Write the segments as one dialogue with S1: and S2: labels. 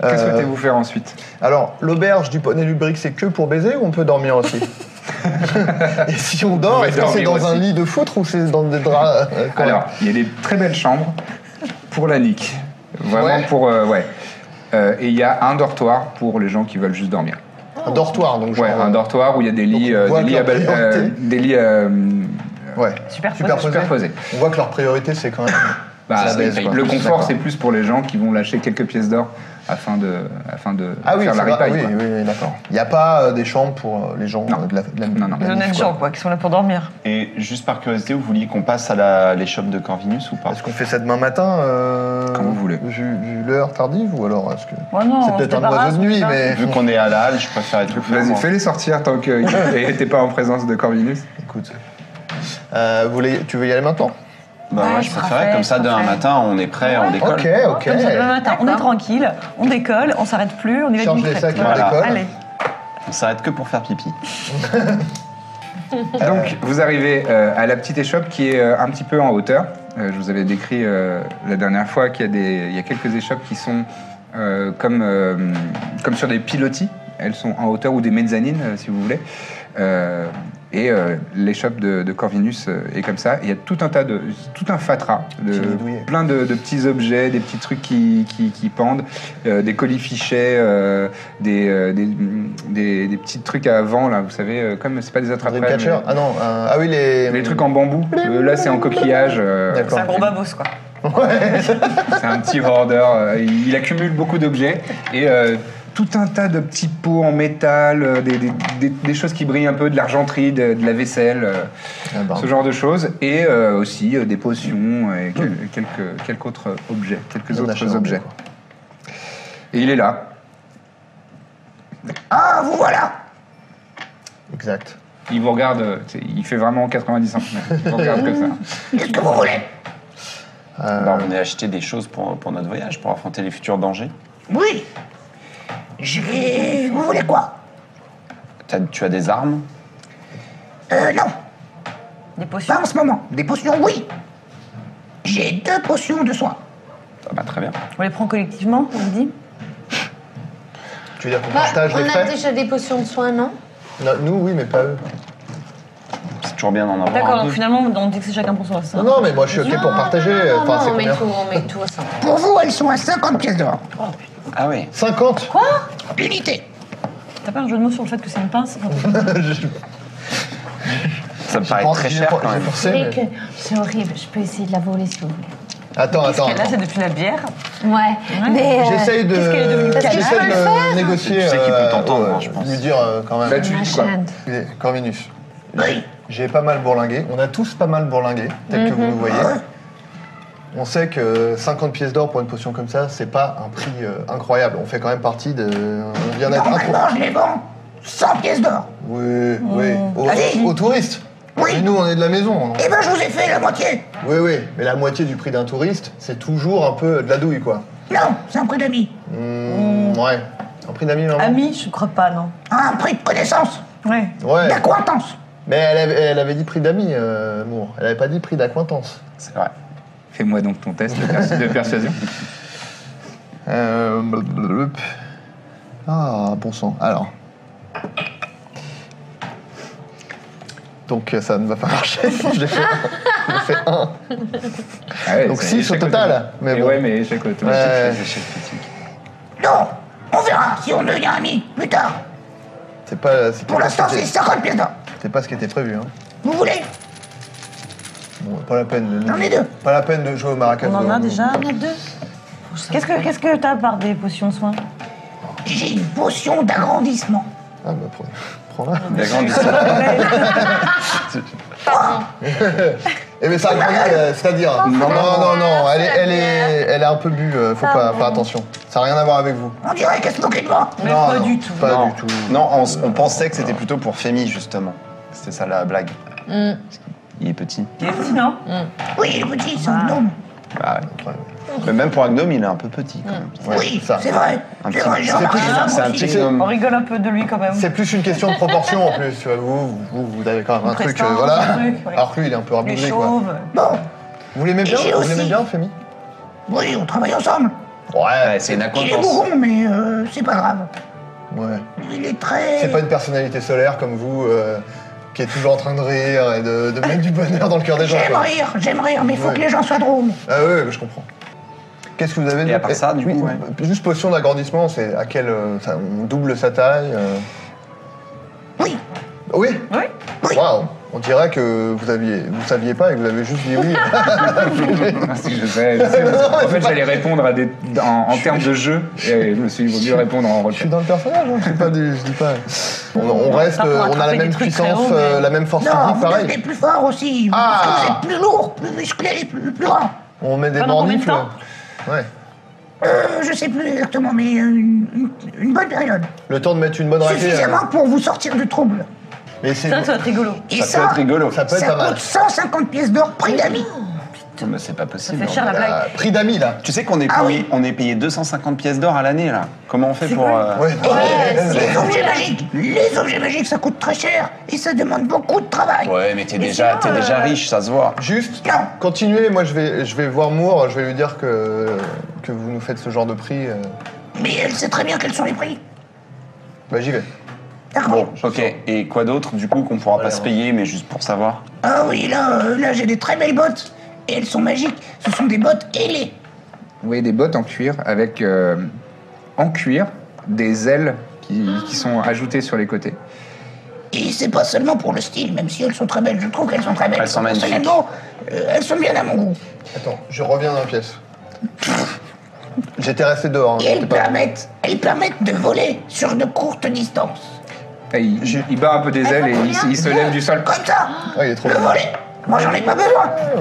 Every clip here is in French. S1: Que
S2: Euh,
S1: souhaitez-vous faire ensuite
S2: Alors, l'auberge du poney lubrique, c'est que pour baiser ou on peut dormir aussi Et si on
S1: On
S2: dort,
S1: va
S2: est-ce que c'est
S1: dormir
S2: dans un
S1: aussi.
S2: lit de foutre ou c'est dans des draps euh, quand
S1: Alors, il y a des très belles chambres pour la nique. Vraiment
S2: Ouais.
S1: pour... euh, ouais. Euh, et il y a un dortoir pour les gens qui veulent juste dormir.
S2: même Un dortoir, donc
S1: Ouais,
S2: genre,
S1: un dortoir où il y a des
S2: Donc,
S1: lits...
S2: on
S1: euh,
S2: voit
S1: des,
S2: que
S1: lits à
S2: leur
S1: bal-
S2: priorité-
S1: euh, des lits... euh,
S2: Ouais.
S3: Superposé.
S1: Superposé.
S2: On voit que leur priorité, c'est quand même.
S1: bah,
S2: Ça baisse, quoi.
S1: le confort,
S2: D'accord.
S1: c'est plus pour les gens qui vont lâcher quelques pièces d'or afin de, afin de
S2: Ah oui,
S1: faire la
S2: c'est vrai,
S1: ripaille.
S2: oui,
S1: quoi.
S2: oui, oui, d'accord. Il n'y a pas euh, des chambres pour euh, les gens
S1: Non.
S2: euh, de la, de la
S1: Non, non.
S2: de
S3: Les
S2: la
S3: honnêtes
S2: nif,
S3: gens, quoi, qui sont là pour dormir.
S4: Et juste par curiosité, vous vouliez qu'on passe à la- l'échoppe de Corvinus ou pas
S2: Est-ce qu'on fait ça demain matin euh,
S1: Comme vous voulez.
S2: Vu, vu l'heure tardive ou alors est-ce que.
S3: Ouais, non,
S2: c'est
S3: on
S2: peut-être
S3: se
S2: un
S3: débarrasse,
S2: oiseau de nuit,
S3: on se
S2: mais.
S4: Vu qu'on est à la halle, je préfère être
S1: Vas-y, fais-les sortir tant que t'es pas en présence de Corvinus.
S2: Écoute. Euh, vous voulez- Tu veux y aller maintenant
S4: Bah ouais,
S3: Ouais,
S4: je
S3: je
S4: préférais,
S3: préfère,
S4: comme ça,
S3: je
S4: demain
S3: préfère.
S4: matin, on est prêt, on décolle.
S2: Ok, ok.
S3: Comme ça, demain matin, on est tranquille, on décolle, on s'arrête plus, on y va
S2: Change
S3: d'une
S2: les sacs,
S3: traite.
S2: on
S4: Voilà.
S2: décolle.
S3: Allez.
S4: On s'arrête que pour faire pipi.
S1: Donc, vous arrivez euh, à la petite échoppe qui est euh, un petit peu en hauteur. Euh, je vous avais décrit euh, la dernière fois qu'il y, a des- il y a quelques échoppes qui sont euh, comme, euh, comme sur des pilotis. Elles sont en hauteur ou des mezzanines, euh, si vous voulez. Euh, et euh, l'échoppe de, de Corvinus euh, est comme ça. Il y a tout un tas de. tout un fatras. De,
S2: Petit bidouillet.
S1: plein de, de petits objets, des petits trucs qui, qui- qui pendent, euh, des colifichets, euh, des, euh, des, des- des petits trucs à vent, là, vous savez, euh, comme c'est pas des attrapes.
S2: Dreamcatcher Ah non, euh, ah oui, les.
S1: Les trucs en bambou, euh, là c'est en coquillage. euh,
S2: D'accord.
S3: C'est un gros babos, quoi.
S1: c'est un petit vendeur. euh, il accumule beaucoup d'objets et euh, tout un tas de petits pots en métal, euh, des, des- des- des choses qui brillent un peu, de l'argenterie, de, de la vaisselle, euh,
S2: Ah bah.
S1: ce genre de choses. Et euh, aussi euh, des potions et quel- quelques, quelques autres objets. Quelques
S2: Bien
S1: autres
S2: achevé,
S1: objets.
S2: quoi.
S1: Et il est là. Ah, vous voilà
S2: Exact.
S1: Il vous regarde, euh, tu sais, il fait vraiment 90 cm. Il vous regarde comme ça. Qu'est-ce que vous voulez
S2: Euh.
S4: Bah, on a acheté des choses pour, pour notre voyage, pour affronter les futurs dangers.
S1: Oui J'ai... Vous voulez quoi
S4: T'as- tu as des armes
S1: Euh, non
S3: Des potions.
S1: Pas en ce moment. Des potions, oui J'ai deux potions de soin.
S4: Ah bah, Très bien.
S3: On les prend collectivement, on se dit.
S2: Tu veux dire qu'on
S5: Bah,
S2: partage les
S5: on a
S2: frais
S5: déjà des potions de soins, non
S2: Non, Nous, oui, mais pas eux.
S4: C'est toujours bien d'en avoir
S3: D'accord,
S4: un
S3: donc
S4: peu.
S3: finalement, on dit que c'est chacun pour soi. c'est ça
S2: Non, non, mais moi je suis ok pour partager.
S5: Non,
S2: Enfin,
S5: non,
S2: c'est
S5: on met
S2: combien
S5: tout, on met tout ensemble.
S1: Pour vous, elles sont à 50 pièces d'or.
S4: Ah oui.
S2: 50
S1: Unité
S3: T'as pas un jeu de mots sur le fait que c'est une pince
S4: Ça me paraît Ah, très cher quand même.
S2: Forcé, mais-
S5: C'est que c'est horrible, je peux essayer de la voler si vous voulez.
S2: Attends, attends.
S3: Là, c'est
S2: attends.
S3: depuis la bière.
S5: Ouais, mais. euh,
S2: J'essaye de,
S3: qu'est-ce qu'elle est devenue
S2: j'essaye
S3: canard
S5: Elle peut le
S2: de négocier.
S4: Tu sais qu'il peut
S2: euh,
S4: t'entendre,
S2: ouais,
S4: hein, je pense. Bah,
S2: Lui dire euh, quand
S1: Là,
S2: même.
S1: tu
S5: ma
S1: dis quoi
S5: chaîne.
S2: Excusez, Corvinus, j'ai pas mal bourlingué. On a tous pas mal bourlingué, tel
S1: Mhm.
S2: que vous le
S1: Ah
S2: voyez. On sait que 50 pièces d'or pour une potion comme ça, c'est pas un prix euh, incroyable. On fait quand même partie de. On vient d'être. impro-
S1: je les vends 100 pièces d'or.
S2: Oui, oui. Aux, aux touristes.
S1: Mm. Oui.
S2: Et nous, on est de la maison. on-
S1: Eh ben, je vous ai fait la moitié.
S2: Oui, oui, mais la moitié du prix d'un touriste, c'est toujours un peu de la douille, quoi.
S1: Non, c'est un prix d'amis.
S2: Mm, Ouais. Un prix d'amis, maman
S3: Ami, je crois pas, non.
S1: Un prix de connaissance.
S3: Ouais.
S1: Ah,
S2: Ouais.
S1: D'acquaintance.
S2: Mais elle avait, elle avait dit prix d'amis, euh, Moore. Elle avait pas dit prix d'acquaintance.
S4: C'est vrai.
S1: Fais-moi donc ton test de, pers- de persuasion.
S2: Euh, blablabla. Ah, bon sang. Alors. donc euh, ça ne va pas marcher. J'ai fait, j'ai fait un.
S1: Ah ouais,
S2: Donc
S1: c'est
S2: six au
S1: échec
S2: total,
S1: automatique.
S2: mais
S1: Et
S2: bon.
S1: Eh Ouais, mais échec automatique,
S2: Ouais.
S1: c'est échec critique.
S6: Non, on verra si on devient amis plus tard.
S2: C'est pas, c'était
S6: Pour
S2: pas ce
S6: l'instant,
S2: qui
S6: c'est
S2: était-
S6: 50 pièces d'or.
S2: c'était pas ce qui était prévu. Hein.
S6: Vous voulez
S2: Bon, pas la peine de.
S6: J'en ai deux.
S2: Pas la peine de jouer au maracas.
S3: On en a déjà
S2: Non,
S3: On a deux. Qu'est-ce que qu'est-ce que t'as par des potions de soins
S6: J'ai une potion d'agrandissement.
S2: Ah bah prends- prends-la. Eh mais ça a grandi, euh, c'est-à-dire. Non, non, non, non, elle, est, elle, est, elle a un peu bu, euh, faut pas faire attention. Ça n'a rien à voir avec vous.
S6: On dirait qu'elle se moquait de moi.
S3: Mais
S2: non,
S3: pas
S2: non,
S3: du tout.
S2: Pas
S7: non.
S2: du tout.
S7: Non, on, s- on pensait que c'était plutôt pour Femi, justement. C'était ça la blague. Il est petit.
S3: Il est petit, non
S2: Mm.
S6: Oui, le petit, c'est un gnome.
S7: Ah ouais. Mais même pour un gnome, il est un peu petit quand même.
S2: Ouais,
S6: oui,
S2: ça.
S6: c'est vrai. Ah,
S7: Un
S6: C'est
S7: petit-
S6: vrai, j'ai
S7: c'est
S6: remarqué
S7: plus-
S6: ça,
S7: c'est
S6: moi
S7: un
S6: aussi.
S7: petit
S3: On
S7: gnome.
S3: rigole un peu de lui quand même.
S2: C'est plus une question de proportion en plus. tu vois, Vous, vous, vous avez quand même un truc,
S3: prestance,
S2: euh, voilà.
S3: un truc, ouais.
S2: Alors que lui, il est un peu
S3: Il est
S2: arbitré, quoi.
S3: chauve.
S6: Bon,
S2: Vous l'aimez bien
S6: Et j'ai
S2: Vous l'aimez
S6: aussi-
S2: bien, Femi
S6: oui, on travaille ensemble.
S7: Ouais,
S2: Ouais,
S7: c'est une
S6: Il est
S7: accompagnement.
S6: bourron, mais euh, c'est pas grave.
S2: ouais.
S6: Il est très...
S2: C'est pas une personnalité solaire comme vous, euh, qui est toujours en train de rire et de, de mettre du bonheur dans le cœur des gens,
S6: J'aime
S2: quoi.
S6: rire, j'aime rire, mais il faut
S2: Ouais.
S6: que les gens soient drôles.
S2: Ah ouais, ouais, je comprends. Qu'est-ce que vous avez
S7: Et
S2: d'autre
S7: à part ça, du
S2: Oui,
S7: coup, ouais.
S2: Juste potion d'agrandissement, c'est à quel. euh, ça- on double sa taille euh.
S6: Oui,
S2: Oui
S3: Oui.
S2: Waouh On dirait que vous aviez, vous saviez pas et que vous avez juste dit oui.
S1: Ah, si, je sais, je sais, parce que- en fait, j'allais répondre à des, en, en termes de jeu, et je me suis dit, il vaut mieux répondre en
S2: je suis
S1: repli.
S2: dans le personnage, hein, je, dis pas du- je dis pas. On, on reste,
S3: Ça, pour
S2: euh, on a la
S3: attraper
S2: même
S3: des trucs très
S2: puissance,
S3: hauts, mais-
S2: euh, la même force
S6: non,
S2: physique,
S6: vous
S2: pareil.
S6: devenez plus fort aussi. Parce que
S2: Ah.
S6: vous êtes plus lourd, plus musclé, plus, plus grand.
S2: On met des
S3: Pendant combien de
S2: mornifles.
S3: temps
S2: Ouais.
S6: Euh, je sais plus exactement, mais euh, une, une- une bonne période.
S2: Le temps de mettre une bonne raclée. euh,
S6: Suffisamment pour vous sortir du trouble.
S2: Mais c'est.
S3: C'est vrai que ça va être rigolo.
S6: Et
S7: Ça peut être rigolo.
S2: Ça peut être
S6: ça
S2: pas mal.
S6: coûte 150 pièces d'or prix d'amis.
S7: Mais c'est pas
S3: Ça
S7: possible.
S3: fait
S7: hein.
S3: cher la blague.
S2: Ah, prix d'amis là.
S7: Tu sais qu'on est,
S6: Ah
S7: payé-
S6: oui.
S7: on est payé 250 pièces d'or à l'année, là. Comment on fait
S3: C'est
S7: pour...
S3: vrai.
S7: euh,
S2: Ouais.
S6: Les objets magiques, les objets magiques, ça coûte très cher et ça demande beaucoup de travail.
S7: Ouais, mais t'es déjà,
S3: sinon,
S7: t'es déjà
S3: euh,
S7: riche, ça se voit.
S2: Juste,
S6: Non.
S2: continuez, moi je vais, je vais voir Moore, je vais lui dire que, que vous nous faites ce genre de prix. euh.
S6: Mais elle sait très bien quels sont les prix.
S2: Bah j'y vais.
S6: D'accord.
S7: Bon, ok. Et quoi d'autre, du coup, qu'on pourra pas se payer, mais juste pour savoir
S6: Ah oui, là, euh, là j'ai des très belles bottes. Et elles sont magiques. Ce sont des bottes ailées.
S1: Vous voyez des bottes en cuir avec euh, en cuir des ailes qui, qui sont
S6: Ah.
S1: ajoutées sur les côtés.
S6: Et c'est pas seulement pour le style, même si elles sont très belles. Je trouve qu'elles sont très belles.
S7: Elles sont magnifiques.
S6: Personnellement, euh, elles sont bien à mon goût.
S2: Attends, je reviens dans la pièce. J'étais resté dehors. hein,
S6: Et
S2: j'étais
S6: elles
S2: pas-
S6: permettent, elles permettent de voler sur de courtes distances.
S1: Et il, il bat un peu des ailes et il, se- il se lève du sol.
S6: Comme ça.
S2: Ah, il est trop
S6: Le
S2: bien.
S6: voler. Moi, j'en ai pas besoin.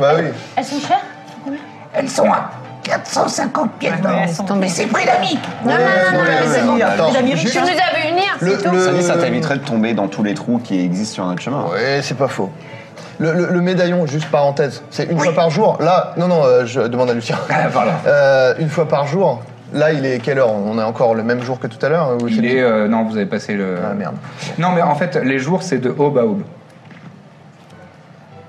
S2: Bah oui.
S8: Elles sont chères
S6: Elles sont à 450 pièces d'or.
S3: elles sont-
S6: Mais c'est prix d'amis.
S8: non,
S2: Ouais, ouais,
S8: non,
S2: ouais,
S8: mais c'est
S2: ouais,
S8: bon.
S2: attends,
S3: Les Américains,
S2: juste-
S8: Tu nous as vu venir,
S2: le-
S8: c'est tout.
S2: le-
S7: Ça, dit, ça t'éviterait de tomber dans tous les trous qui existent sur notre chemin.
S2: Ouais, c'est pas faux. Le, le- le médaillon, juste parenthèse, c'est une
S6: Oui.
S2: fois par jour. Là, non, non, euh, je demande à Lucien.
S1: Ah, pardon.
S2: Euh, une fois par jour. Là, il est quelle heure On est encore le même jour que tout à l'heure ou
S1: Il
S2: c'est-
S1: est euh, non, vous avez passé le.
S2: Ah, merde.
S1: Non, mais en fait, les jours c'est de aube à aube.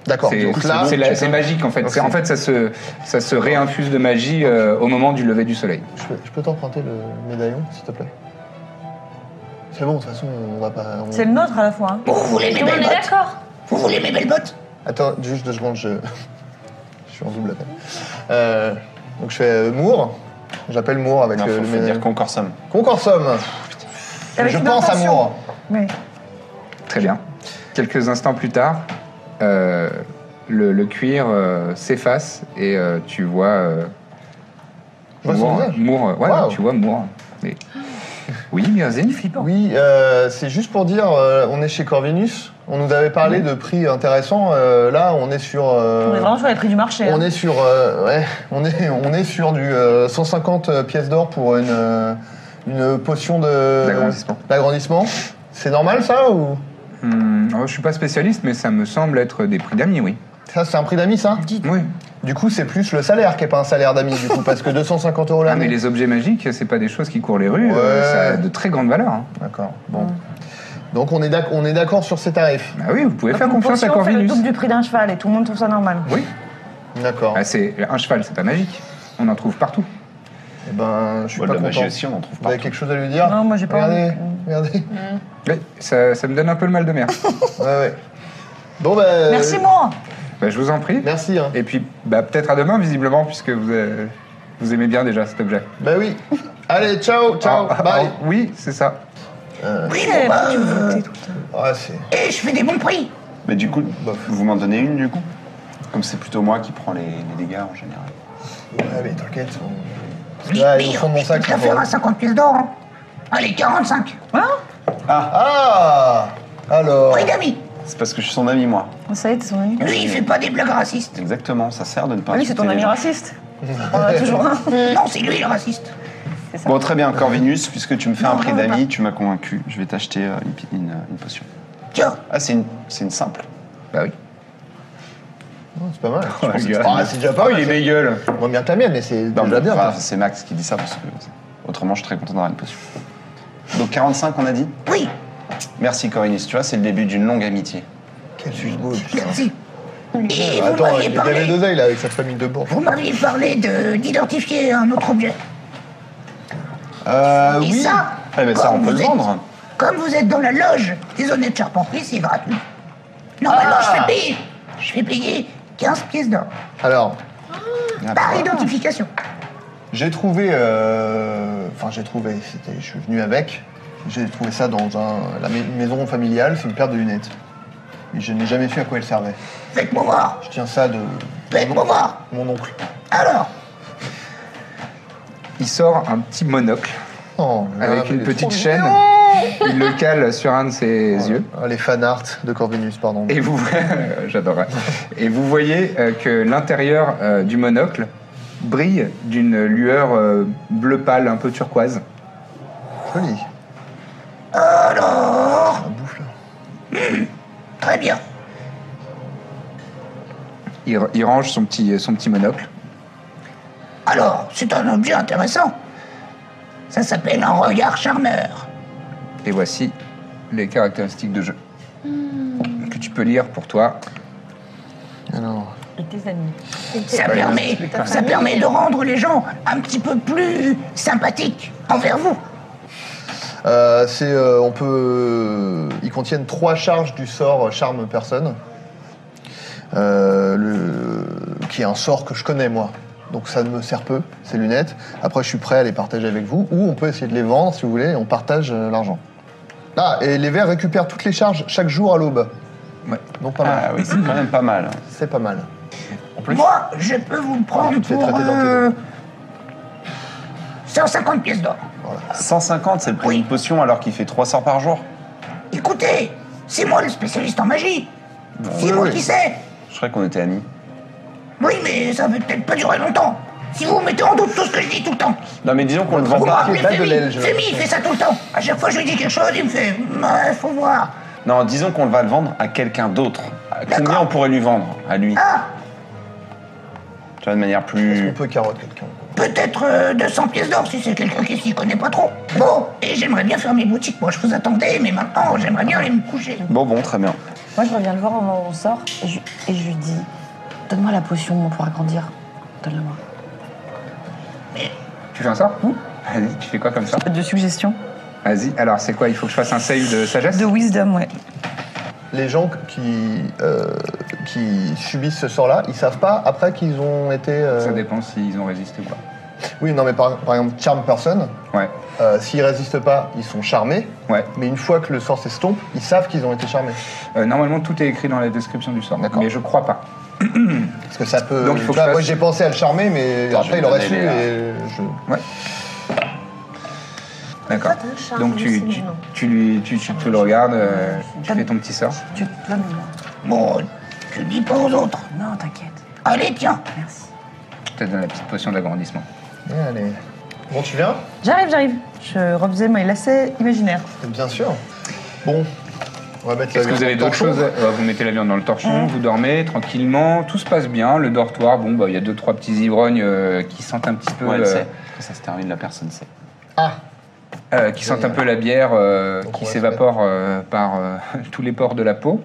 S2: D'accord.
S1: C'est
S2: Donc là, Ah,
S1: c'est la- c'est magique en fait. C'est- En fait, ça se ça se réinfuse de magie euh, au moment du lever du soleil.
S2: Je peux, je peux t'emprunter le médaillon, s'il te plaît C'est bon, de toute façon, on va pas. on-
S3: C'est le nôtre à la fois. hein.
S6: Vous voulez mes
S8: Et on est
S6: belles bottes
S8: d'accord.
S6: Vous voulez mes belles bottes
S2: Attends, juste deux secondes, je. je suis en double appel. Euh, donc je fais euh, Moore. J'appelle Moore avec
S1: Ah,
S7: Non,
S2: euh,
S7: faut,
S2: le
S7: faut dire
S2: médaillon.
S7: qu'on consomme.
S2: Concorsum
S3: Avec
S2: Je
S3: une
S2: pense à
S3: intention.
S2: Moore.
S3: Oui.
S1: Très bien. Quelques instants plus tard, euh, le, le cuir euh, s'efface et euh, tu vois. euh,
S2: Je vois son
S1: Moore-
S2: visage.
S1: Moore, euh, ouais,
S2: Wow.
S1: tu vois Moore. Mais- Oui, Mirzine
S2: Oui, euh, c'est juste pour dire, euh, on est chez Corvinus. On nous avait parlé de prix intéressants. euh, là, on est sur. euh,
S3: On est vraiment sur les prix du marché.
S2: on
S3: hein.
S2: est sur, euh, ouais, on est, on est sur du euh, 150 pièces d'or pour une, euh, une potion de
S1: D'agrandissement.
S2: d'agrandissement. C'est normal ça ou
S1: Hum, alors, je suis pas spécialiste, mais ça me semble être des prix d'amis, oui.
S2: ça c'est un prix d'amis ça
S1: Oui.
S2: Du coup, c'est plus le salaire qui est pas un salaire d'amis, du coup, parce que 250 euros
S1: Ah, mais
S2: l'année.
S1: les objets magiques, c'est pas des choses qui courent les rues.
S2: Ouais.
S1: euh, ça a de très grande valeur. hein.
S2: D'accord. Bon. Donc on est d'ac- on est d'accord sur ces tarifs.
S1: Ah oui, vous pouvez
S3: Donc,
S1: faire
S3: une
S1: confiance à
S3: pension fait le
S1: Corvinus.
S3: double du prix d'un cheval et tout le monde trouve ça normal.
S1: Oui.
S2: D'accord.
S1: Ah, c'est un cheval, c'est pas magique. On en trouve partout.
S2: Eh ben, je suis
S7: Bon, de
S2: pas
S7: la magie
S2: content.
S7: aussi, on en trouve
S2: Vous avez
S7: partout.
S2: quelque chose à lui dire
S3: Non, moi, j'ai pas
S2: Regardez,
S3: envie.
S2: regardez.
S1: Oui, ça, ça me donne un peu le mal de mer.
S2: Ouais, ouais. Bon, bah.
S9: Merci, moi.
S1: Bah, je vous en prie.
S2: Merci. hein.
S1: Et puis, bah, peut-être à demain, visiblement, puisque vous, euh, vous aimez bien déjà cet objet.
S2: Bah oui. Allez, ciao, ciao,
S1: Ah, ah,
S2: bye.
S1: ah, oui, c'est ça.
S3: Oui, bon, bah,
S9: Tu
S3: euh,
S9: me votais tout le temps.
S2: Ah, c'est.
S3: et je fais des bons prix.
S7: Mais du coup, vous m'en donnez une, du coup Comme c'est plutôt moi qui prends les, les dégâts en général.
S2: Ouais, mais t'inquiète. on-
S3: Je
S2: Là,
S3: te
S2: ils
S3: pire,
S2: font mon
S3: je
S2: sac.
S3: peux te la
S2: c'est
S3: faire
S2: pour-
S3: à 50 pièces d'or. hein. Allez, 45.
S2: Ah Alors.
S3: Prix d'ami.
S7: C'est parce que je suis son ami, moi.
S9: Ça y est, t'es son ami.
S3: Lui, il fait pas des blagues racistes.
S7: Exactement, ça sert de ne pas.
S9: Ah oui, c'est ton
S7: insulter
S9: ami
S7: les gens.
S9: raciste. On en a toujours un.
S3: Non, c'est lui le raciste.
S7: Bon, très bien, Corvinus, puisque tu me fais
S9: Non,
S7: un prix
S9: non, non.
S7: d'ami, tu m'as convaincu. Je vais t'acheter euh, une, pi- une, euh, une potion.
S3: Tiens,
S7: Ah, c'est une, c'est une simple.
S1: Bah oui.
S2: Oh, C'est pas mal.
S7: Je pense que
S1: gars.
S7: c'est-
S2: Ah, c'est déjà pas
S7: Oh,
S2: mal.
S7: il est meilleul.
S2: Moins bien que la mienne, mais c'est
S7: Non,
S2: déjà
S7: mais
S2: bien.
S7: enfin,
S2: quoi.
S7: Bah, c'est Max qui dit ça parce que autrement je suis très content d'avoir une potion. Donc 45 on a dit
S3: oui,
S7: Merci Corinus, tu vois, c'est le début d'une longue amitié.
S2: Quel suce-boule. putain.
S3: merci. Et vous
S2: Attends,
S3: m'aviez
S2: il avait
S3: parlé,
S2: deux oeils là avec sa famille de bourges.
S3: vous m'aviez parlé de- d'identifier un autre objet.
S7: Euh
S3: Et ça
S7: Eh ben ça
S3: comme
S7: on peut
S3: vous
S7: le
S3: êtes-
S7: vendre.
S3: Comme vous êtes dans la loge des honnêtes charpenteries, c'est gratuit. Normalement, je
S7: Ah.
S3: fais payer. Je fais payer 15 pièces d'or
S2: Alors,
S3: par identification.
S2: j'ai trouvé. euh, Enfin, j'ai trouvé. c'était- Je suis venu avec. J'ai trouvé ça dans un, la mai- maison familiale. C'est une paire de lunettes. Et je n'ai jamais su à quoi elle servait.
S3: Faites-moi voir.
S2: Je tiens ça de.
S3: Faites-moi voir.
S2: Mon oncle.
S3: Alors,
S1: Il sort un petit monocle
S2: Oh, là,
S1: avec
S2: mais
S1: une
S2: les
S1: petite
S2: trop
S1: chaîne. Il le cale sur un de ses
S2: mignons.
S1: yeux.
S2: Ah, les fanarts de Corvinus, pardon.
S1: Et vous, j'adorerais. Et vous voyez euh, que l'intérieur euh, du monocle brille d'une lueur euh, bleu pâle, un peu turquoise.
S2: Joli.
S3: très bien.
S1: Il, il range son petit, son petit monocle.
S3: Alors, c'est un objet intéressant. Ça s'appelle un regard charmeur.
S1: Et voici les caractéristiques de jeu que tu peux lire pour toi.
S2: Alors.
S9: Et tes amis.
S3: Ça permet, ça permet de rendre les gens un petit peu plus sympathiques envers vous.
S2: Euh, c'est, euh, on peut, euh, ils contiennent trois charges du sort charme personne, Euh, le- qui est un sort que je connais moi. Donc ça me sert peu ces lunettes. Après, je suis prêt à les partager avec vous, ou on peut essayer de les vendre si vous voulez. et on partage euh, l'argent. Ah, et les verts récupèrent toutes les charges chaque jour à l'aube.
S1: Ouais.
S2: Donc pas mal.
S7: Ah oui, c'est quand même pas mal.
S2: C'est pas mal.
S3: Moi, je peux vous le
S2: Tu
S3: prendre
S2: te fais
S3: pour
S2: traiter dans tes
S3: euh,
S2: doigts.
S3: 150 pièces d'or.
S7: 150 c'est le prix
S3: Oui.
S7: d'une potion alors qu'il fait 300 par jour.
S3: Écoutez, c'est moi le spécialiste en magie. C'est
S2: oui,
S3: moi
S2: oui.
S3: qui sais.
S7: Je croyais qu'on était amis.
S3: Oui, mais ça peut peut-être pas durer longtemps. Si vous mettez en doute tout ce que je dis tout le temps.
S7: Non mais disons qu'on le vend
S3: Vous me
S7: pas.
S3: rappelez
S2: pas de
S3: Femi.
S2: l'aile, je
S3: Femi, il fait ça tout le temps. À chaque fois que je lui dis quelque chose, il me fait Ouais, faut voir.
S7: Non, disons qu'on va le vendre à quelqu'un d'autre. À Combien
S3: D'accord.
S7: on pourrait lui vendre à lui
S3: Ah,
S7: Tu vois de manière
S2: Est-ce qu'on
S7: plus
S2: peut carotte quelqu'un
S3: peut-être euh, 200 pièces d'or si c'est quelqu'un qui s'y connaît pas trop. Bon, et j'aimerais bien faire mes boutiques. Moi, je vous attendais, mais maintenant, j'aimerais bien aller me coucher.
S7: Bon bon, très bien.
S9: Moi, je reviens le voir au moment où on sort et je, et je lui dis Donne-moi la potion pour agrandir. Donne-la-moi.
S1: Tu fais un sort Vas-y, tu fais quoi comme ça
S9: De suggestions
S1: Vas-y, alors c'est quoi Il faut que je fasse un save de sagesse
S9: De wisdom, ouais.
S2: les gens qui, euh, qui subissent ce sort-là, ils savent pas après qu'ils ont été. euh,
S1: Ça dépend s'ils ont résisté ou pas.
S2: Oui, non, mais par, par exemple, charm person,
S1: Ouais,
S2: euh, s'ils résistent pas, ils sont charmés.
S1: ouais.
S2: Mais une fois que le sort s'estompe, ils savent qu'ils ont été charmés.
S1: Euh, normalement, tout est écrit dans la description du sort,
S2: D'accord.
S1: mais je crois pas.
S2: Parce que ça peut.
S1: Donc, il faut
S2: tu
S1: que
S2: vois,
S1: je
S2: Moi,
S1: fasse-
S2: j'ai pensé à le charmer, mais
S7: Attends, je
S2: après,
S7: vais
S2: il aurait
S7: te
S2: su.
S7: donner les-
S2: Et je...
S1: Ouais. D'accord.
S10: Toi, t'as un charme,
S1: Donc tu,
S10: c'est
S1: tu,
S10: mignon.
S1: tu lui, tu, tu, tu le regardes, euh, tu fais ton petit sort.
S9: Tu donnes-moi.
S3: Bon, tu dis pas aux autres.
S9: Non, t'inquiète.
S3: Allez, tiens.
S9: Merci.
S1: Je te donne la petite potion d'agrandissement.
S2: Eh, Allez. Bon, tu viens
S9: J'arrive, j'arrive. Je refaisais mes lacets imaginaires.
S2: Bien sûr. Bon. On va mettre la
S1: Est-ce que vous avez
S2: viande dans le
S1: d'autres choses
S2: torchon.
S1: Euh, Vous mettez la viande dans le torchon, vous dormez tranquillement, tout se passe bien. Le dortoir, bon, bah, il y a deux, trois petits ivrognes euh, qui sentent un petit peu,
S7: Ouais, elle
S1: euh,
S7: sait. Ça se termine, la personne sait.
S2: Ah,
S1: euh, qui sentent un peu la bière euh,
S2: Donc,
S1: qui
S2: on va se
S1: s'évapore euh, par euh, tous les pores de la peau.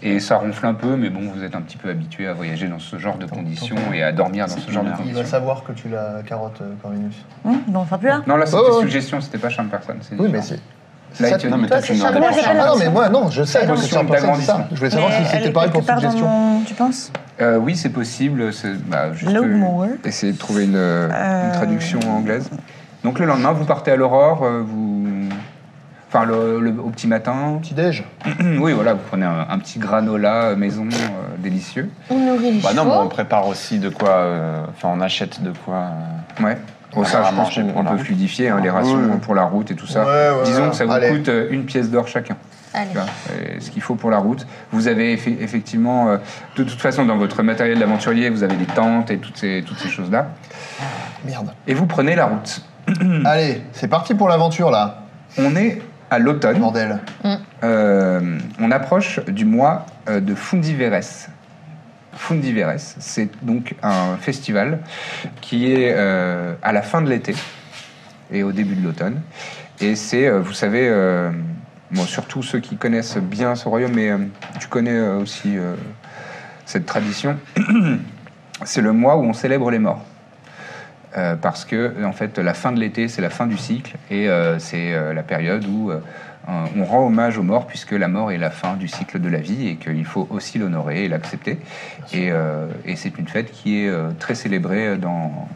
S1: Et ça ronfle un peu, mais bon, vous êtes un petit peu habitué à voyager dans ce genre de conditions et à dormir dans ce genre de
S2: il va
S1: conditions.
S2: savoir que tu la carotte, euh, Corvinus.
S9: Hum, bon, enfin plus là.
S1: Non, là, c'était
S2: Oh, oh.
S1: suggestion, c'était pas charme personne. c'est
S2: Oui,
S1: différent.
S2: mais c'est. C'est ça,
S4: Non, mais
S2: toi,
S4: toi, tu
S2: c'est
S4: n'en
S2: Charles
S4: as pas.
S2: Ah non, mais moi, non, je sais.
S1: Potion
S2: que c'est un pourcent, c'est ça. Je voulais savoir
S3: Mais
S2: si
S3: elle
S2: c'était
S3: est
S2: pareil pour
S3: quelque part
S2: toute
S3: dans
S2: gestion.
S3: mon- Tu penses
S1: Euh, oui, c'est possible. c'est- bah, juste,
S3: Low
S1: euh,
S3: mower.
S1: essayer de trouver une, euh, une traduction anglaise. Donc le lendemain, vous partez à l'aurore, euh, vous... Enfin, le- le- au petit matin. Hmm,
S2: Petit déj.
S1: oui, voilà, vous prenez un, un petit granola euh, maison euh, délicieux.
S5: On nourrit les
S4: Bah non, mais on
S5: chevaux.
S4: prépare aussi de quoi. euh, Enfin, on achète de quoi. euh,
S1: Ouais. Bon, ça,
S4: va
S1: je pense
S4: manger pour
S1: qu'on
S4: la
S1: peut
S4: route.
S1: fluidifier hein, les rations pour la route et tout ça.
S2: Ouais, ouais,
S1: Disons que ça vous
S2: allez.
S1: coûte euh, une pièce d'or chacun.
S5: Allez.
S1: Tu vois, euh, ce qu'il faut pour la route. Vous avez effe- effectivement, euh, de toute façon, dans votre matériel d'aventurier, vous avez des tentes et toutes ces, toutes ces choses-là.
S2: Merde.
S1: Et vous prenez la route.
S2: Allez, c'est parti pour l'aventure, là.
S1: On est à l'automne.
S2: Bordel.
S1: Euh, on approche du mois euh, de Fundiveres. Fundiveres, c'est donc un festival qui est euh, à la fin de l'été et au début de l'automne. Et c'est, euh, vous savez, euh, bon, surtout ceux qui connaissent bien ce royaume, mais euh, tu connais euh, aussi euh, cette tradition, c'est le mois où on célèbre les morts. Euh, parce que en fait la fin de l'été c'est la fin du cycle et euh, c'est euh, la période où euh, un- on rend hommage aux morts puisque la mort est la fin du cycle de la vie et qu'il faut aussi l'honorer et l'accepter et, euh, et c'est une fête qui est euh, très célébrée dans,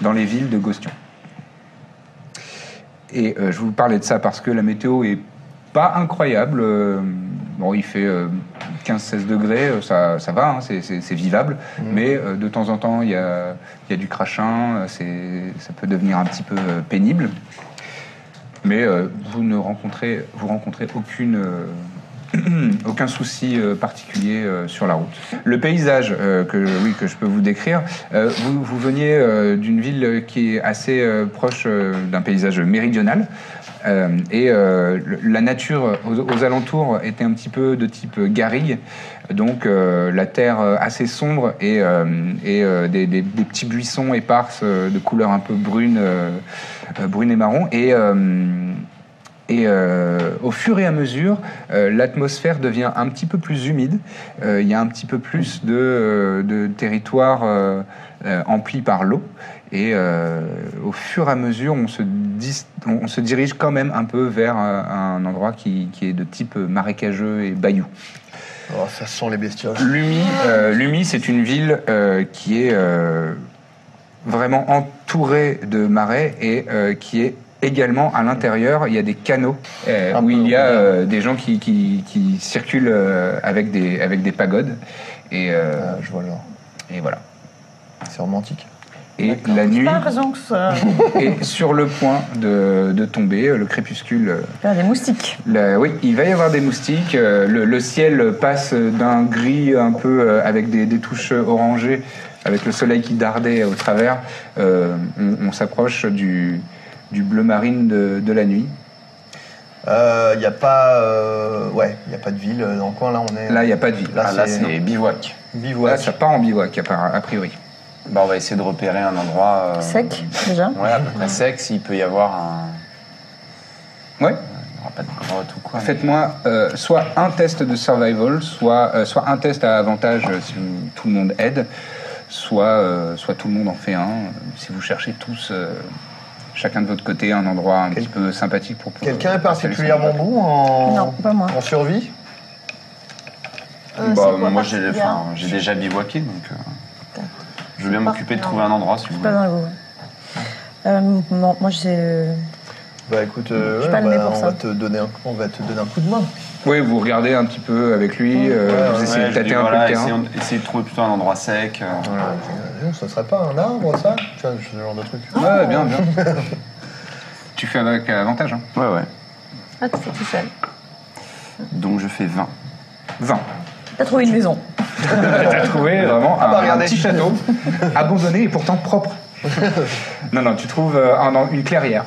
S1: dans les villes de Gostion et euh, je vous parlais de ça parce que la météo est pas incroyable Euh, bon il fait euh, 15-16 degrés Euh, ça, ça va hein, c'est- c'est c'est vivable mais euh, de temps en temps il y a il y a du crachin, euh, c'est- ça peut devenir un petit peu euh, pénible. Mais euh, vous ne rencontrez, vous rencontrez aucune, euh, aucun souci euh, particulier euh, sur la route. Le paysage euh, que, oui, que je peux vous décrire, euh, vous, vous veniez euh, d'une ville qui est assez euh, proche euh, d'un paysage méridional. Euh, et euh, le- la nature aux, aux alentours était un petit peu de type garrigue, donc euh, la terre euh, assez sombre et, euh, et, euh, des, des- des petits buissons éparses euh, de couleur un peu brune, euh, euh, brune et marron. Et, euh, et euh, au fur et à mesure, euh, l'atmosphère devient un petit peu plus humide. Euh, Il y a un petit peu plus de, euh, de territoire euh, euh, empli par l'eau. Et euh, au fur et à mesure, on se, dis- on on se dirige quand même un peu vers euh, un endroit qui, qui est de type euh, marécageux et bayou.
S2: Oh, ça sent les bestioles.
S1: Lumi, euh, Lumi, c'est une ville euh, qui est euh, vraiment entourée de marais et euh, qui est également à l'intérieur. Il y a des canaux euh,
S2: Un
S1: où
S2: peu
S1: il y a
S2: au-delà.
S1: euh, des gens qui, qui- qui circulent euh, avec, des, avec des pagodes. Et, euh,
S2: Ah, je vois le genre.
S1: et voilà.
S2: C'est romantique.
S1: Et la nuit
S3: Pas raison que ça.
S1: est sur le point de, de tomber. Le crépuscule euh,
S3: Il y a des moustiques.
S1: Le- oui, il va y avoir des moustiques. euh, le, le ciel passe d'un gris un peu euh, avec des, des touches orangées, avec le soleil qui dardait au travers. Euh, on on s'approche du, du bleu marine de, de la nuit.
S2: Il euh, n'y a pas. euh, ouais, il n'y a pas de ville euh, dans le coin, là, on est.
S1: Là, il n'y a pas de ville.
S2: Là,
S4: Ah, là,
S2: c'est-
S4: c'est bivouac.
S1: Là,
S2: bivouac.
S1: ça part en bivouac, à part- a priori.
S4: Bah, on va essayer de repérer un endroit. euh,
S3: Sec, déjà.
S4: Ouais, à peu près sec, s'il peut y avoir un.
S1: Ouais.
S4: Il n'y aura pas de grotte ou quoi. mais-
S1: Faites-moi euh, soit un test de survival, soit, euh, soit un test à avantage euh, si vous- tout le monde aide, soit, euh, soit tout le monde en fait un. euh, Si vous cherchez tous, euh, chacun de votre côté, un endroit un petit peu sympathique pour pouvoir.
S2: Quelqu'un est particulièrement bon en.
S3: Non, pas moi.
S2: En survie
S5: Euh,
S1: Ah,
S5: c'est
S4: Bah,
S5: quoi,
S4: moi, j'ai
S5: particulier
S7: hein.
S4: enfin, j'ai déjà bivouaqué, donc. euh, Je veux bien m'occuper de trouver un endroit, si vous
S3: Pas
S4: voulez.
S3: dans le goût. ouais. Euh, non, moi, j'ai. euh,
S2: Bah écoute, euh,
S3: Je suis pas le
S2: bah,
S3: nez pour
S2: on,
S3: ça.
S2: va te donner un, on va te donner un coup de main.
S1: Oui, vous regardez un petit peu avec lui, euh, vous
S4: Ouais,
S1: essayez
S4: je
S1: de tâter
S4: dis,
S1: un
S4: voilà,
S1: peu le terrain.
S4: essayons- essayez de trouver plutôt un endroit sec. euh,
S2: Voilà. Ça serait pas un arbre, ça Tu vois, ce genre de truc.
S1: Ouais, bien, bien. tu fais avec avantage, hein.
S4: Ouais, ouais.
S5: Ah, tu fais tout seul.
S4: Donc je fais 20.
S1: 20.
S3: T'as trouvé une maison.
S1: T'as trouvé vraiment un,
S2: bah,
S1: un
S2: regardez.
S1: petit château, abandonné et pourtant propre. non, non, tu trouves euh, un en- une clairière.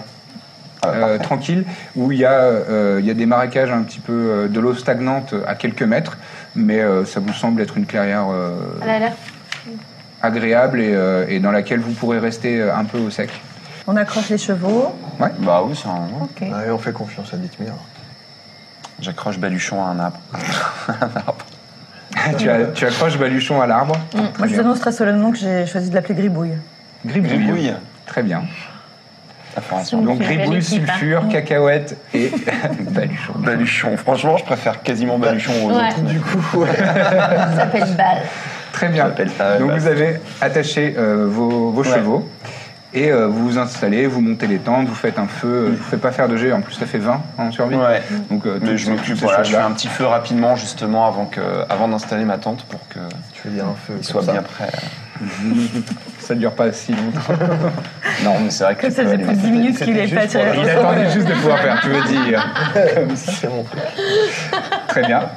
S2: Ah,
S1: euh, tranquille, où il y, a, euh, il y a des marécages un petit peu euh, de l'eau stagnante à quelques mètres, mais euh, ça vous semble être une clairière euh,
S5: Elle a l'air.
S1: agréable et, euh, et dans laquelle vous pourrez rester euh, un peu au sec.
S3: On accroche les chevaux.
S4: Bah oui, c'est un.
S3: Ok.
S2: Ouais, Ah, on fait confiance à Dithmir.
S4: J'accroche Baluchon à un arbre.
S1: tu, as- tu accroches Baluchon à l'arbre. Ah,
S3: Moi, je vous annonce très solennement que j'ai choisi de l'appeler Gribouille.
S1: Gribouille.
S4: Gribouille.
S1: Très bien.
S7: la
S5: Si
S7: formation.
S5: on
S1: Donc
S5: fait belle
S1: gribouille,
S5: équipe, hein.
S1: sulfure,
S5: Mm.
S1: cacahuète et baluchon.
S7: Baluchon. Franchement, je préfère quasiment Baluchon aux
S5: Ouais.
S7: autres. Ah, Du coup,
S11: Ça s'appelle balle.
S1: Très bien.
S7: J'appelle ça,
S1: Donc
S7: bah,
S1: vous avez attaché euh, vos, vos
S7: Ouais.
S1: chevaux et euh, vous vous installez, vous montez les tentes, vous faites un feu. Je vous fais pas faire de jet, en plus ça fait 20 en survie.
S7: Mm. Ouais.
S1: Donc euh,
S7: Mais
S1: toutes
S7: je
S1: ces-
S7: m'occupe,
S1: toutes ces
S7: voilà, je fais
S1: choses-là.
S7: un petit feu rapidement justement avant, que, avant d'installer ma tente pour que
S2: Tu veux dire un feu
S7: il soit
S2: comme ça.
S7: bien prêt.
S1: Ça ne dure pas si longtemps.
S7: Non, mais c'est vrai que
S5: Que
S7: tu
S5: ça
S7: peux
S5: faisait
S7: aller
S5: plus de 10 minutes qu'il est
S2: juste
S5: pas
S2: pour
S5: tiré.
S2: la-
S1: Il attendait juste de pouvoir faire, tu veux dire.
S2: Comme ça, c'est mon truc.
S1: Très bien.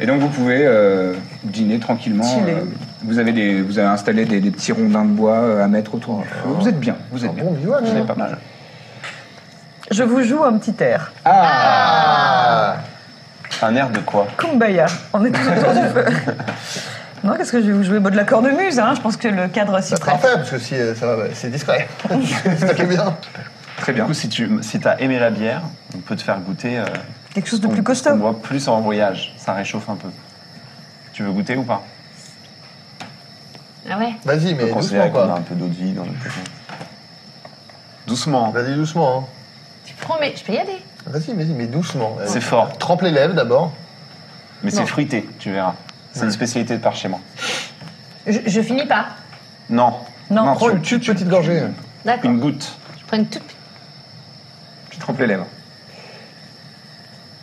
S1: Et donc vous pouvez euh, dîner tranquillement.
S11: Chiller.
S1: Euh, vous, avez des, vous avez installé des, des petits rondins de bois euh, à mettre autour du
S7: Oh.
S1: feu. Vous êtes bien, vous
S7: Ah
S1: êtes bien.
S2: Bon bivouac, hein.
S1: Vous
S2: ça.
S1: êtes pas mal.
S3: Je vous joue un petit air.
S7: Un air de quoi
S3: Kumbaya. On est tous autour du feu. Non, qu'est-ce que je vais vous jouer Bon, De la cornemuse, hein. je pense que le cadre s'y
S2: C'est
S3: prête.
S2: parfait, parce que si euh, ça va, bah, c'est discret. c'est très bien.
S1: Très
S7: Du
S1: bien.
S7: coup, si tu si as aimé la bière, on peut te faire goûter euh,
S3: Quelque chose de
S7: ce
S3: plus
S7: qu'on- ce qu'on
S3: costaud.
S7: boit plus en voyage. Ça réchauffe un peu. Tu veux goûter ou pas
S5: Ah ouais
S2: Vas-y,
S7: On peut
S2: mais doucement,
S7: considérer qu'on a
S2: quoi.
S7: un peu d'eau de vie dans notre poche. Doucement. hein.
S2: Vas-y, doucement. hein.
S5: Tu prends, mais je peux y aller.
S2: Vas-y, vas-y, mais doucement. Vas-y.
S7: C'est fort,
S2: Trempe les lèvres d'abord.
S7: mais c'est
S5: Non.
S7: fruité, tu verras. C'est une spécialité de par chez moi.
S5: Je, je finis pas.
S7: Non,
S3: Non,
S7: Non,
S2: Prends une toute petite gorgée.
S5: D'accord.
S7: une goutte.
S5: Je prends une toute petite.
S1: Tu trempes les lèvres.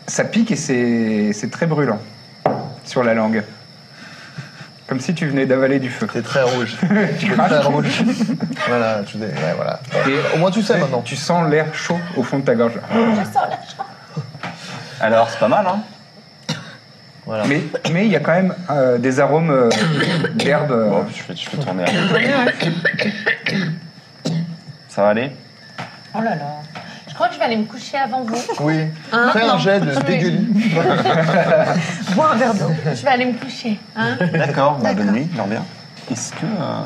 S1: Ça pique et c'est c'est très brûlant sur la langue. Comme si tu venais d'avaler du feu.
S2: C'est très rouge. C'est très rouge. voilà, tu dis. Ouais, voilà. Euh,
S1: Et-
S2: Au moins, tu sais maintenant.
S1: Tu sens l'air chaud au fond de ta gorge.
S7: Alors, c'est pas mal, hein
S2: Voilà.
S1: Mais mais il y a quand même euh, des arômes euh, d'herbe. euh,
S7: Bon, je fais, je fais tourner. Ça va aller
S5: Oh là là. Je crois que je vais aller me coucher avant vous.
S2: Oui.
S5: Hein
S2: Fais un
S5: Non.
S2: jet de
S5: Oui.
S2: dégueulis.
S3: Bois un verre d'eau.
S5: Je vais aller me coucher. Hein
S7: D'accord, bah, bonne nuit, dors bien. Est-ce que. euh,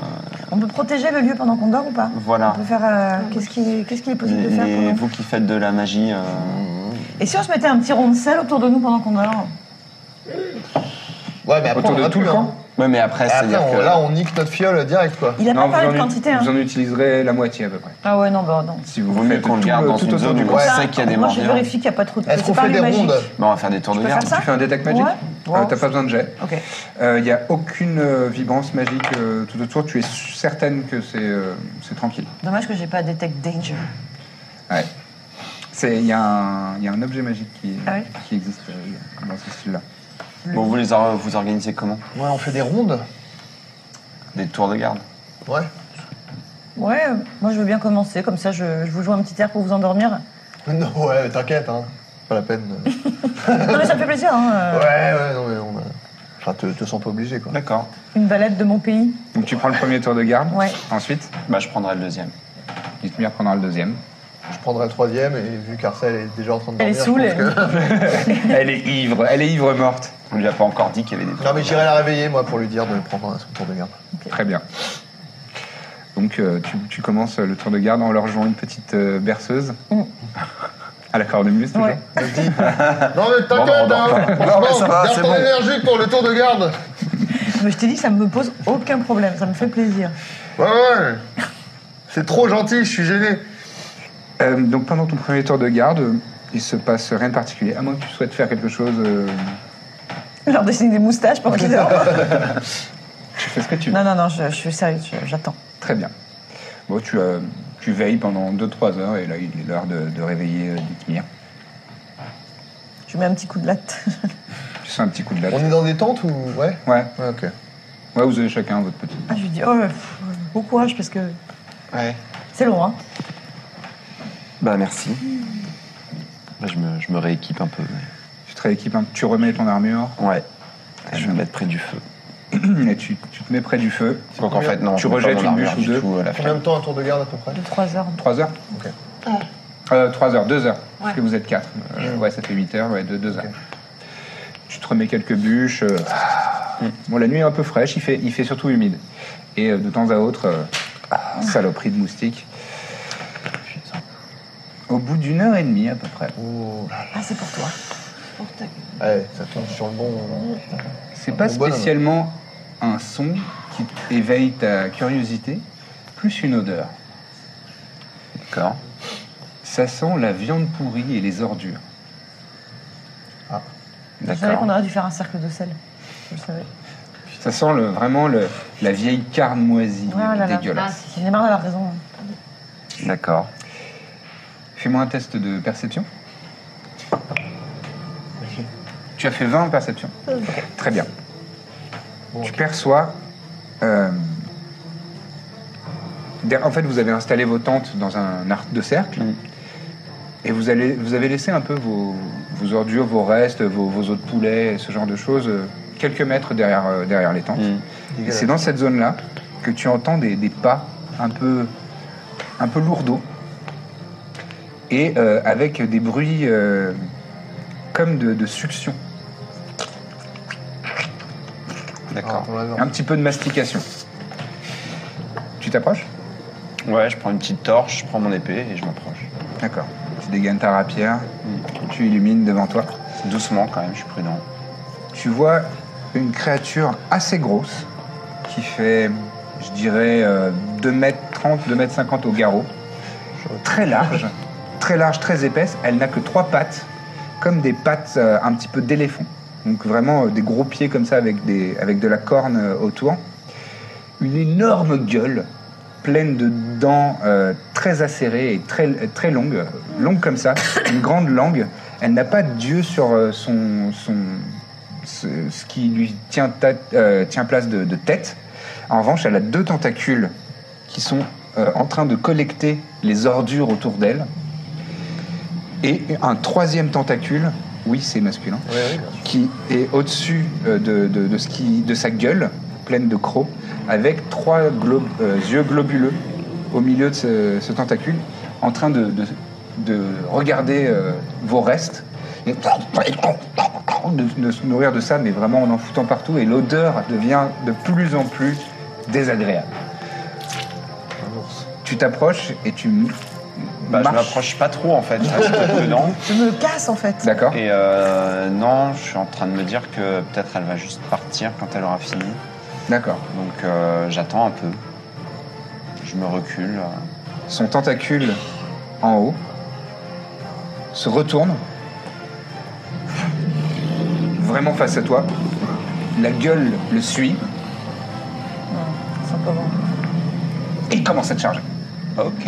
S3: On peut protéger le lieu pendant qu'on dort ou pas
S7: voilà.
S3: On peut faire. euh, Qu'est-ce qui, qu'est-ce qu'il est possible de faire
S7: Et, et
S3: pendant-
S7: vous qui faites de la magie, euh,
S3: Et si on se mettait un petit rond de sel autour de nous pendant qu'on dort
S2: Ouais, mais après,
S1: Autour
S2: on
S1: de
S2: va
S1: tout
S2: plus,
S1: le
S2: hein.
S1: camp
S7: ouais, mais après,
S2: Après,
S7: c'est-à-dire
S2: on-
S7: que.
S2: là, on nique notre fiole direct, quoi.
S3: Il a
S1: Non,
S3: pas
S1: vous
S3: parlé de
S1: en ut-
S3: quantité. Hein.
S1: Vous en utiliserez la moitié à peu près.
S3: Ah ouais, non, bah non.
S1: Si vous
S7: Vaut mieux
S1: faites
S7: qu'on le
S1: tout euh,
S7: garde dans
S1: tout
S7: une
S1: autour
S7: zone
S1: du
S7: où
S1: camp.
S7: on
S3: Ça,
S7: sait qu'il y a des
S3: Moi, je
S7: mendiants.
S3: vérifie qu'il n'y a pas trop de trucs.
S2: Est-ce qu'on
S3: C'est pas
S2: fait
S3: un
S2: des
S3: lieu magique.
S2: rondes
S7: Bon, on va faire des tours de
S3: peux
S7: garde.
S3: faire ça
S1: Tu fais un détect magique
S3: Ouais.
S1: Euh, T'as pas besoin de jet.
S3: Ok.
S1: Il n'y a aucune euh, vibrance magique euh, tout autour. Tu es certaine que c'est euh, c'est tranquille.
S3: Dommage que j'ai pas Detect Danger.
S1: Ouais. C'est- Il y, a un- il y a un objet magique qui,
S3: Ah ouais
S1: qui existe euh, dans ce style-là.
S7: Bon, vous les or- vous organisez comment
S2: Ouais, on fait des rondes.
S7: Des tours de garde
S2: Ouais.
S3: Ouais, euh, moi je veux bien commencer, comme ça je, je vous joue un petit air pour vous endormir.
S2: Non, ouais, t'inquiète, hein. Pas la peine. euh.
S3: Non mais ça me fait plaisir, hein, euh,
S2: Ouais, ouais, non, mais on a... Enfin, te, te sens pas obligé, quoi.
S7: D'accord.
S3: une balade de mon pays.
S1: Donc tu prends le premier tour de garde.
S3: Ouais.
S1: Ensuite,
S7: Bah, je prendrai le deuxième.
S1: Dithmir prendra le deuxième.
S2: Je prendrai le troisième, et vu qu'Arcel est déjà en train de
S3: Elle
S2: dormir...
S3: est saoule.
S2: je pense que-
S1: Elle est ivre. Elle est ivre morte.
S7: On lui a pas encore dit qu'il y avait des tours.
S2: Non, mais j'irai la réveiller, moi, pour lui dire de prendre un son tour de garde.
S1: Très bien. Donc euh, tu, tu commences le tour de garde en leur jouant une petite euh, berceuse. à la cornemuse, toujours.
S3: Mm. Ouais.
S2: Je dis... Non, mais
S7: Bon, bah, on
S2: t'inquiète,
S7: dort
S2: hein.
S7: pas.
S2: Franchement,
S7: Non, mais ça va,
S2: garde
S7: c'est
S2: ton
S7: bon.
S2: énergie pour le tour de garde.
S3: Mais je t'ai dit, ça me pose aucun problème, ça me fait plaisir.
S2: Ouais, ouais. C'est trop gentil, je suis gêné.
S1: Euh, donc pendant ton premier tour de garde, euh, il se passe rien de particulier, à moins que tu souhaites faire quelque chose. euh,
S3: Leur dessiner des moustaches pendant qu'ils dorment.
S1: tu fais ce que tu veux.
S3: Non, non, non, je, je suis sérieuse, je- j'attends.
S1: Très bien. Bon, tu, euh, tu veilles pendant 2-3 heures et là, il est l'heure de, de réveiller euh, Dithmir.
S3: Je mets un petit coup de latte.
S1: Tu sens un petit coup de
S2: On
S1: latte.
S2: est dans des tentes ou... Ouais
S1: Ouais.
S2: Ouais, ok.
S1: ouais, vous avez chacun votre petit.
S3: Ah, je lui dis, oh, pff, bon courage parce que
S7: Ouais.
S3: c'est long, hein.
S7: Bah, merci. Bah, je, me, je me rééquipe un peu. mais-
S1: Tu te rééquipes, un- tu remets ton armure Mmh.
S7: Ouais. Et je vais me mettre près du feu.
S1: et tu, tu te mets près du feu.
S7: Donc, en fait, non.
S1: Tu
S7: je mets
S1: rejettes
S7: pas mon
S1: une
S7: armure
S1: bûche ou
S7: du
S1: deux.
S7: tout, euh, la
S2: Combien
S7: flemme.
S2: de temps un tour de garde, à peu près
S3: De 3 heures.
S1: 3 heures
S2: Ok.
S1: Euh, 3 heures, 2 heures, parce
S5: Ouais.
S1: que vous êtes 4. Ouais, ça fait 8 heures, ouais, 2 heures. Tu te remets quelques bûches. euh, Bon, la nuit est un peu fraîche, il fait, il fait surtout humide. Et euh, de temps à autre, euh, saloperie de moustiques. Au bout d'une heure et demie à peu près,
S2: Oh, là,
S3: Ah, c'est pour toi.
S2: là. Ouais, ça tombe sur le bon...
S1: c'est pas
S2: Bon bonhomme.
S1: spécialement un son qui éveille ta curiosité, plus une odeur.
S7: D'accord.
S1: Ça sent la viande pourrie et les ordures.
S2: Ah,
S8: Je savais qu'on aurait dû faire un cercle de sel. Je le savais.
S1: Ça sent le- vraiment le- la vieille carne moisie
S3: oh
S8: Ah là là.
S1: dégueulasse.
S8: Ah, J'en ai marre d'avoir raison.
S3: hein.
S1: D'accord. Fais-moi un test de perception. Tu as fait 20 en perception. Ok, Très bien. tu perçois. euh, der- en fait, vous avez installé vos tentes dans un arc de cercle. Et vous, allez, vous avez laissé un peu vos, vos ordures, vos restes, vos, vos os de poulet, ce genre de choses, euh, quelques mètres derrière, euh, derrière les tentes. Et c'est dans cette zone-là que tu entends des, des pas un peu, un peu lourdeaux. Et euh, avec des bruits euh, comme de, de succion.
S2: Ah,
S1: D'accord. un petit peu de mastication. Tu t'approches
S7: Ouais, je prends une petite torche, je prends mon épée et je m'approche.
S1: D'accord. Tu dégaines ta rapière, tu illumines devant toi.
S7: Doucement quand même, je suis prudent.
S1: Tu vois une créature assez grosse qui fait, je dirais, euh, 2m30, 2m50 au garrot. Très large, très large, très épaisse. Elle n'a que trois pattes, comme des pattes euh, un petit peu d'éléphant. Donc vraiment euh, des gros pieds comme ça avec, des, avec de la corne euh, autour. Une énorme gueule pleine de dents euh, très acérées et très, très longues, longue comme ça, une grande langue. Elle n'a pas d'yeux sur euh, son, son, ce, ce qui lui tient, ta- euh, tient place de, de tête. En revanche, elle a deux tentacules qui sont euh, en train de collecter les ordures autour d'elle. Et un troisième tentacule, oui c'est masculin, qui est au-dessus euh, de, de- de ce qui- de sa gueule, pleine de crocs, avec trois glo- euh, yeux globuleux au milieu de ce, ce tentacule, en train de, de- de regarder euh, vos restes. Et de, de se nourrir de ça, mais vraiment en en foutant partout, et l'odeur devient de plus en plus désagréable. Tu t'approches et tu m-
S7: Bah, je
S1: marches.
S7: m'approche pas trop en fait, je reste prudent.
S8: Je me casse en fait.
S1: D'accord.
S7: Et euh, non, je suis en train de me dire que peut-être elle va juste partir quand elle aura fini.
S1: D'accord.
S7: Donc euh, j'attends un peu. Je me recule. euh.
S1: Son tentacule en haut se retourne vraiment face à toi. La gueule le suit. Et il commence à te charger.
S7: Ok.